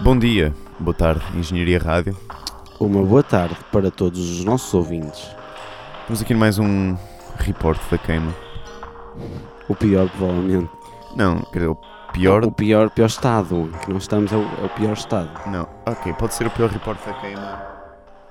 Bom dia, boa tarde, Engenharia Rádio. Uma boa tarde para todos os nossos ouvintes. Estamos aqui em mais um report da queima. O pior, provavelmente. Não, quer dizer, o pior. O pior, pior estado que nós estamos é o, é o pior estado. Não, ok, pode ser o pior report da queima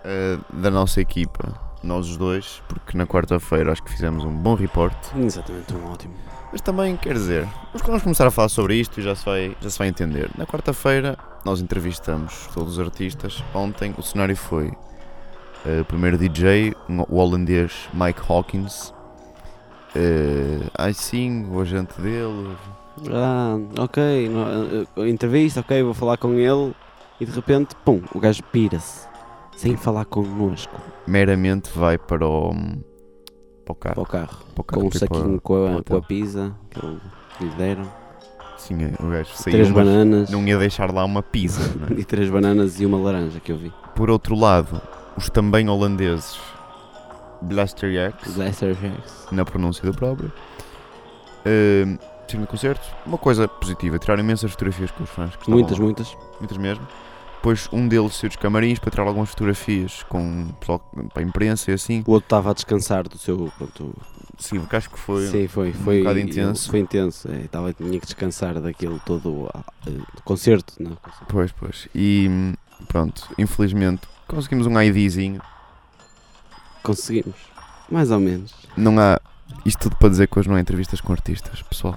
eh, da nossa equipa. Nós os dois, porque na quarta-feira acho que fizemos um bom report. Exatamente, um ótimo. Mas também, quer dizer, mas vamos começar a falar sobre isto e já se vai, já se vai entender. Na quarta-feira, nós entrevistamos todos os artistas. Ontem, o cenário foi eh, o primeiro DJ, um- o holandês Mike Hawkins. eh, ai sim, o agente dele. Ah, ok, no- eh, eh, entrevista, ok, vou falar com ele e de repente, pum, o gajo pira-se. Sem falar connosco Meramente vai para o. para o para carro. o carro. Para o carro é Com um para ir para- saquinho para com o a, com a hotel. pizza que ele- que lhe deram. Sim, eh, o gajo saiu. Três mas bananas. Não ia deixar lá uma pizza, não é? E três bananas e uma laranja que eu vi. Por outro lado, os também holandeses Blaster X, Lester Jacks. na pronúncia do próprio, uh, no concerto. Uma coisa positiva, tiraram imensas fotografias com os fãs. que estavam Muitas, lá. muitas. muitas mesmo. Depois um deles saiu dos camarins para tirar algumas fotografias com o pessoal- para a imprensa e assim. O outro estava a descansar do seu. Pronto, Sim, porque acho que foi. um- Sim, foi, foi bocado intenso. Foi intenso. é, tava, tinha que descansar daquilo todo ah, eh, concerto, não? Pois, pois. E hum, pronto, infelizmente conseguimos um IDzinho. Conseguimos. Mais ou menos. Não há. Isto tudo para dizer que hoje não há entrevistas com artistas, pessoal.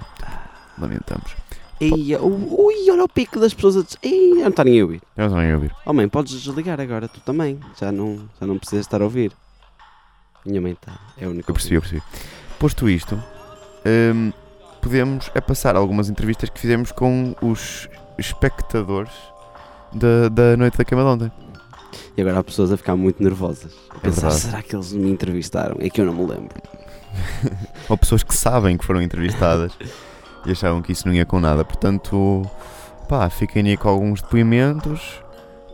Lamentamos. Ei, o- ui, olha o pico das pessoas a des... Ei, não está ninguém a ouvir. Já não ia ouvir. Homem, podes desligar agora, tu também. Já não, já não precisas estar a ouvir. Minha mãe está. É a única. Eu percebi, eu percebi. Posto isto, hum, podemos é passar algumas entrevistas que fizemos com os espectadores da, da noite da queima de ontem. ouvir. E agora há pessoas a ficar muito nervosas. A pensar, É verdade. será que eles me entrevistaram? É que eu não me lembro. Ou pessoas que sabem que foram entrevistadas e achavam que isso não ia com nada. Portanto, pá, fiquem aí com alguns depoimentos.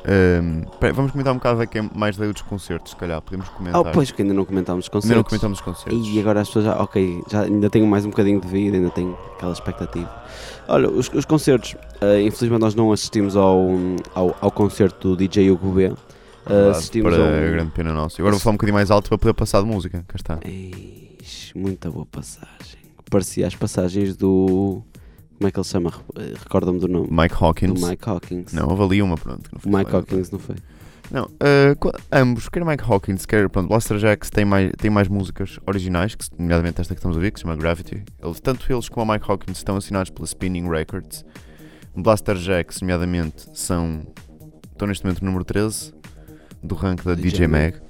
Hum, espera, vamos comentar um bocado da queima- mais daí dos concertos, se calhar. Podemos comentar. Oh, pois, que ainda não comentámos os Também concertos. É não comentamos os concertos. E agora as pessoas já, ok, já ainda tenho mais um bocadinho de vida, ainda tenho aquela expectativa. Olha, os, os concertos, eh, infelizmente nós não assistimos ao, ao, ao concerto do DJ Hugo B. Eh, Verdade, assistimos para a um- a grande pena nossa. Agora vou falar um bocadinho mais alto para poder passar de música. Cá está. Eis, muita boa passagem. Parecia as passagens do. Como é que ele se chama? Eh, Recorda-me do nome. Mike Hawkins. Do Mike Hawkins. Não, houve ali uma, pronto. que não O foi Mike falada. Hawkins, não foi? Não, ah, co- ambos, quer Mike Hawkins, quer pronto, Blaster Jacks, tem mais, tem mais músicas originais, que, nomeadamente esta que estamos a ouvir, que se chama Gravity. Eles, tanto eles como o Mike Hawkins estão assinados pela Spinning Records. Blaster Jacks, nomeadamente, são. estão neste momento no número 13 do rank da DJ, DJ Mag. Mag.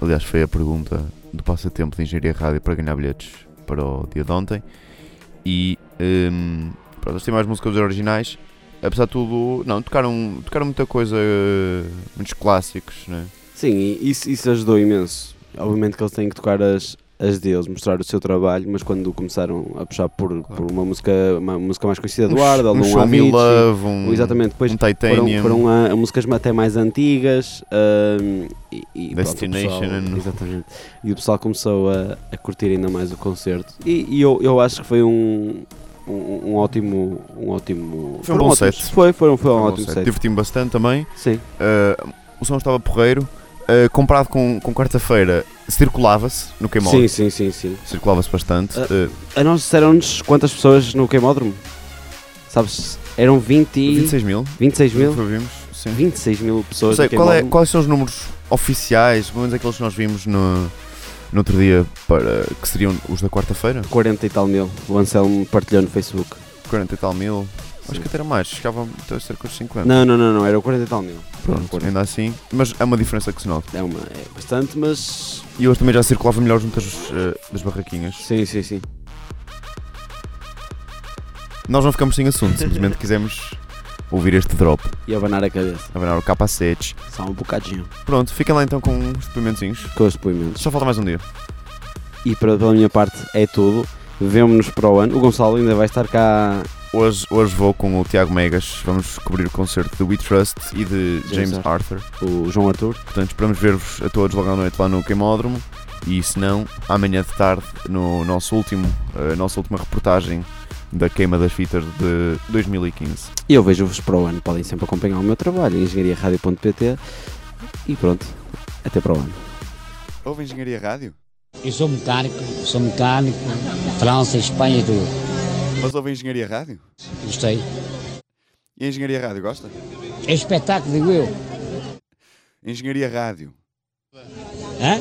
Aliás, foi a pergunta do passatempo de Engenharia Rádio para ganhar bilhetes para o dia de ontem. E. hum, pronto, eles têm mais músicas originais. Apesar de tudo, não, tocaram, tocaram muita coisa, eh, muitos clássicos, né? Sim, e isso, isso ajudou imenso. Obviamente que eles têm que tocar as, as deles, mostrar o seu trabalho, mas quando começaram a puxar por, Claro. por uma, música, uma música mais conhecida do Um- Ardal, um um, Show Me Avicii, Love, um, exatamente, depois um foram, Titanium. foram a, a músicas até mais antigas ahm, e, e pronto, o Destination pessoal, and- exatamente, e o pessoal começou a, a curtir ainda mais o concerto e, e eu, eu acho que foi um, um, um ótimo um ótimo Foi um foram bom ótimos- set. foi, foram, Foi foi um um bom ótimo set. set, Diverti-me bastante também. sim Eh, o som estava porreiro. Eh, comparado com, com quarta-feira, circulava-se no Game sim, sim, sim, sim Circulava-se bastante. Ah. Eh, A nós disseram-nos quantas pessoas no queimódromo? Sabes? Eram 20 e... 26 mil. 26 mil? Foi, vimos, sim. 26 mil Não pessoas sei, no qual é- queimódromo. quais são os números oficiais, pelo menos aqueles que nós vimos no, no outro dia, para, que seriam os da quarta-feira? 40 e tal mil. O Anselmo partilhou no Facebook. 40 e tal mil. Acho Sim. que até era mais, chegava a cerca dos 50. Não, não, não, não. Era 40 e tal mil. Era Pronto, 40. ainda assim. Mas há uma diferença que se nota. É, uma, é bastante, mas... E hoje também já circulava melhor junto das, eh, das barraquinhas. Sim, sim, sim. Nós não ficamos sem assunto, simplesmente quisemos ouvir este drop, E abanar a cabeça. abanar o capacete. Só um bocadinho. Pronto, fiquem lá então com os depoimentozinhos. Com os depoimentos. Só falta mais um dia. E para, pela minha parte é tudo. Vemo-nos para o ano. O Gonçalo ainda vai estar cá. Hoje, hoje vou com o Tiago Megas, vamos cobrir o concerto de We Trust e de James James Arthur. O João Arthur. Portanto, esperamos ver-vos a todos logo à noite lá no Queimódromo. E se não, amanhã de tarde, no nosso último, eh, nossa última reportagem da queima das fitas de 2015. E eu vejo-vos para o ano. Podem sempre acompanhar o meu trabalho em engenhariaradio.pt. E pronto, até para o ano. Houve Engenharia Rádio? Eu sou mecânico, sou mecânico, França, Espanha e tudo. Mas houve Engenharia Rádio? Gostei. E Engenharia Rádio gosta? É espetáculo, digo eu. Engenharia Rádio. Hã?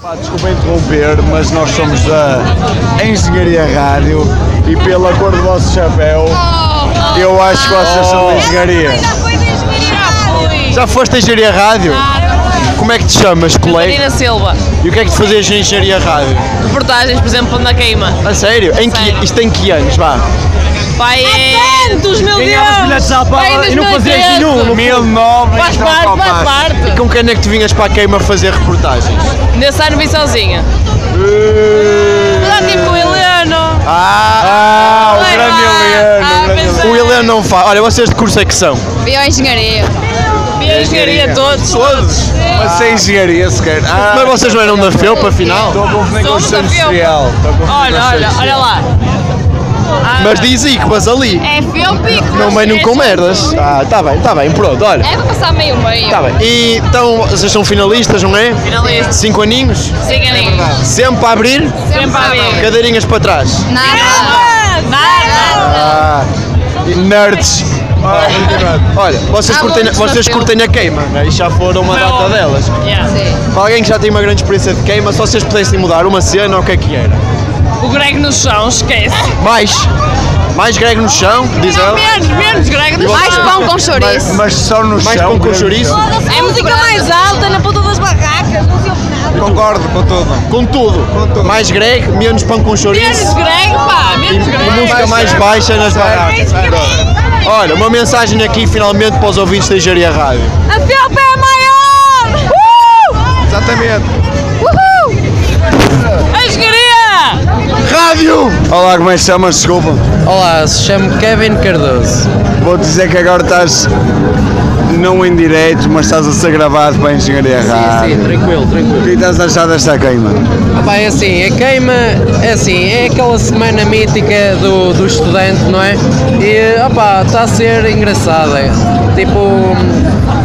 Pá, Desculpa interromper, mas nós somos da Engenharia Rádio e pela cor do vosso chapéu, eu acho que vocês são da Engenharia. Já foste a Engenharia Rádio? Como é que te chamas, colega? Marina Silva. E o que é que te fazias em Engenharia Rádio? Reportagens, por exemplo, na queima. A sério? Em que, Sério. isto em que anos, vá? Pai é. Tantos, meu à Bem, 2013. 1009 Faz então, parte, calma. faz parte. E com quem é que tu vinhas para a queima fazer reportagens? Nesse ano vim sozinha. Já tive com o Heleno. Ah, o Vai grande lá. Heleno. Ah, o grande pensei. Heleno. O Heleno não faz. Olha, vocês de curso é que são? Bioengenharia. Vi a engenharia todos. Todos. Sim. sem engenharia sequer. Ah. Mas vocês não eram da FEUP, afinal? Estou a confundir com Somos da construção FEUP. industrial. Tá Olha, olha, olha lá. Ah, Mas diz aí que vas ali. É filme Não venham com merdas. Ah, tá bem, tá bem, pronto, olha. É para passar meio meio. Tá bem. E então, vocês são finalistas, não é? Finalista. Cinco aninhos? Siga É ali. Sempre a abrir, Sempre um a ver. cadeirinhas para trás. Nada. Nada. Ah, nerds. Olha, vocês, Ah, curtem, bom, vocês desafio. curtem a queima, né? e já foram uma data delas. Yeah. Sim. Para alguém que já tem uma grande experiência de queima, se vocês pudessem mudar uma cena, o que é que era? O grego no chão, esquece. Mais? Mais grego no chão, diz ela. Menos, menos grego no Mais chão. pão com chouriço. Mas só no Mais chão. pão com grego. chouriço. É música mais alta na ponta das barracas. Concordo com tudo. Com tudo. Mais grego, menos pão com Menos chouriço. grego, pá. Menos E grego. música mais baixa nas barracas. Olha, uma mensagem aqui finalmente para os ouvintes da Engenharia Rádio. A felpa é maior. Uh! Exatamente. A engenharia. Rádio! Olá, como é que chamas? Desculpa. Olá, se chamo Kevin Cardoso. Vou dizer que agora estás não em direito, mas estás a ser gravado para a Engenharia Rádio. Sim, tranquilo, O tranquilo. que estás a achar desta queima? Opa, Ah, é assim, a queima é assim, é aquela semana mítica do, do estudante, não é? E opa, está a ser engraçada. Tipo,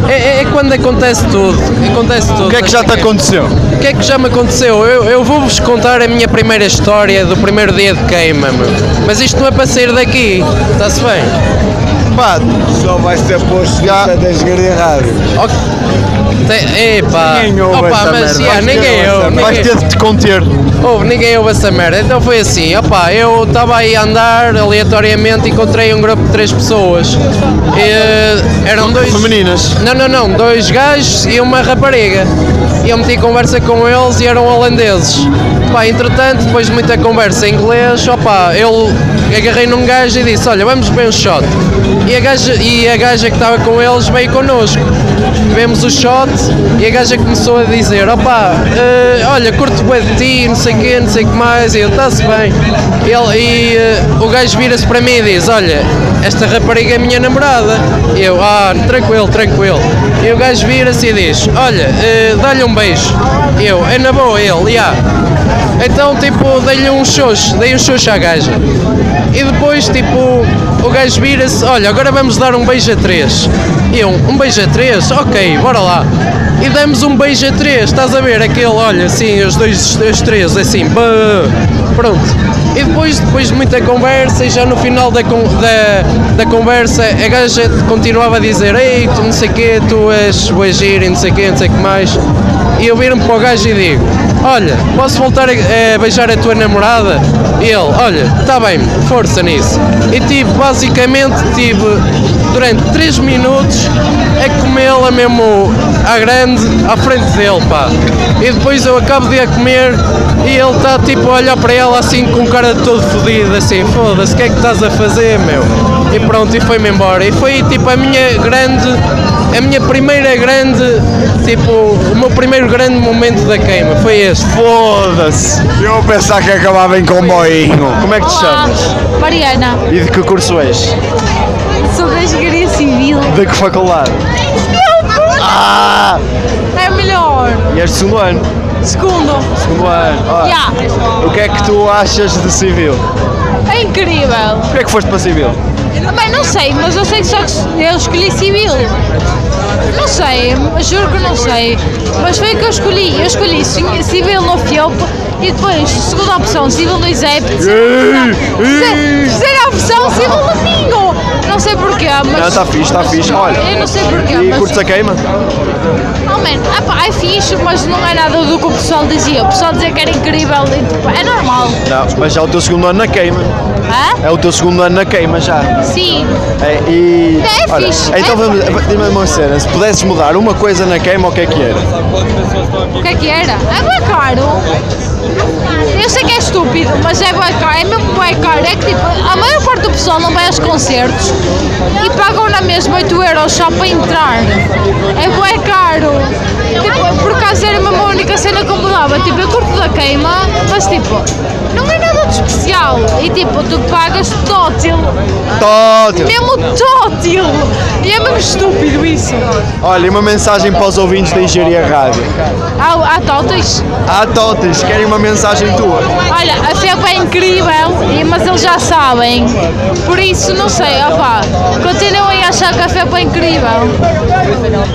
é, é- é quando acontece tudo. Acontece tudo. O que é que já te aconteceu? O que é que já me aconteceu? Eu, eu vou-vos contar a minha primeira história do primeiro dia de queima, meu. Mas isto não é para sair daqui, está-se bem? Pá, Só vai ser posto já da Engenharia Rádio. Ok. Tem- Epá, Ninguém ouve Ah. opa, essa mas merda. yeah, Ninguém ninguém ouve essa eu. merda. vais ter de te conter. Houve, ninguém ouve essa merda. Então foi assim, opá, eu estava aí a andar aleatoriamente e encontrei um grupo de três pessoas. E, eram dois. Femininas. Não, não, não, dois gajos e uma rapariga. E eu meti conversa com eles e eram holandeses. Pá, entretanto, depois de muita conversa em inglês, opá, eu agarrei num gajo e disse: Olha, vamos beber um shot. E a gaja, e a gaja que estava com eles veio connosco. Bebemos o shot e a gaja começou a dizer: Opá, eh, olha, curto bem de ti, não sei o quê, não sei o que mais. E eu, está-se bem. Ele, e eh, o gajo vira-se para mim e diz: Olha, esta rapariga é minha namorada. E eu, ah, tranquilo, tranquilo. E o gajo vira-se e diz: Olha, eh, dá-lhe um beijo. E eu, é na boa ele, já. Então, tipo, dei-lhe um xoxo, dei um xoxo à gaja. E depois, tipo, o gajo vira-se: Olha, agora vamos dar um beijo a três. E eu, um beijo a três? Ok, bora lá. E damos um beijo a três, estás a ver? Aquele, olha, assim, os dois, os três, assim, bã. Pronto. E depois, depois de muita conversa, e já no final da, con- da, da conversa, a gaja continuava a dizer Ei, tu não sei o quê, tu és boa gira e não sei o quê, não sei o que mais. E eu viro-me para o gajo e digo Olha, posso voltar a, a beijar a tua namorada? E ele, olha, está bem, força nisso. E tive, basicamente, tive durante 3 minutos é a comê-la mesmo à grande, à frente dele, pá. E depois eu acabo de a comer e ele tá, está tipo a olhar para ela assim com cara de todo fodido, assim, foda-se, o que é que estás a fazer, meu? E pronto, e foi-me embora. E foi tipo a minha grande, a minha primeira grande, tipo, o meu primeiro grande momento da queima. Foi este. Foda-se! Eu a pensar que acabava em comboinho. Como é que te chamas? Mariana, E de que curso és? sou da Engenharia Civil. De que faculdade? Ah! É melhor. E és do segundo ano? Segundo. Segundo ano. Ah, Já. O que é que tu achas de civil? É incrível. Porquê é que foste para civil? Bem, não sei, mas eu sei que só que eu escolhi civil. Não sei, juro que não sei. Mas foi o que eu escolhi. Eu escolhi ci- civil no FIOP e depois, segunda opção, civil no ISEP. Terceira terceira opção, civil no Pingo. Não sei porquê, mas. Não, está fixe, está fixe. Olha. Eu não sei porquê, E mas. curtes a queima? Oh man, ah pá, é fixe, mas não é nada do que o pessoal dizia. O pessoal dizia que era incrível e tipo, é normal. Não, mas já é o teu segundo ano na queima. Hã? É o teu segundo ano na queima já. Sim. É, e. É Olha, fixe, Então é vamos. Diz-me uma cena. Se pudesses mudar uma coisa na queima, o que é que era? O que é que era? É bué caro. Eu sei que é estúpido, mas é bué caro. É mesmo bué caro. É que tipo, a maior parte do pessoal não vai aos concertos e pagam na mesma 8 euros só para entrar. É bué caro. Tipo, por acaso era mesmo a única cena que eu mudava. Tipo, eu curto da queima, mas tipo, não é nada de especial. E tipo, tu pagas tótil. Tótil! Mesmo tótil. E é mesmo estúpido isso. Olha, e uma mensagem para os ouvintes da Engenharia Rádio. Há, há ah, tóteis? Ah, Tótis, querem uma mensagem tua? Olha, a FEP é incrível, e- mas eles já sabem. Por isso, não sei, opá. Continuem a achar que a FEP é incrível.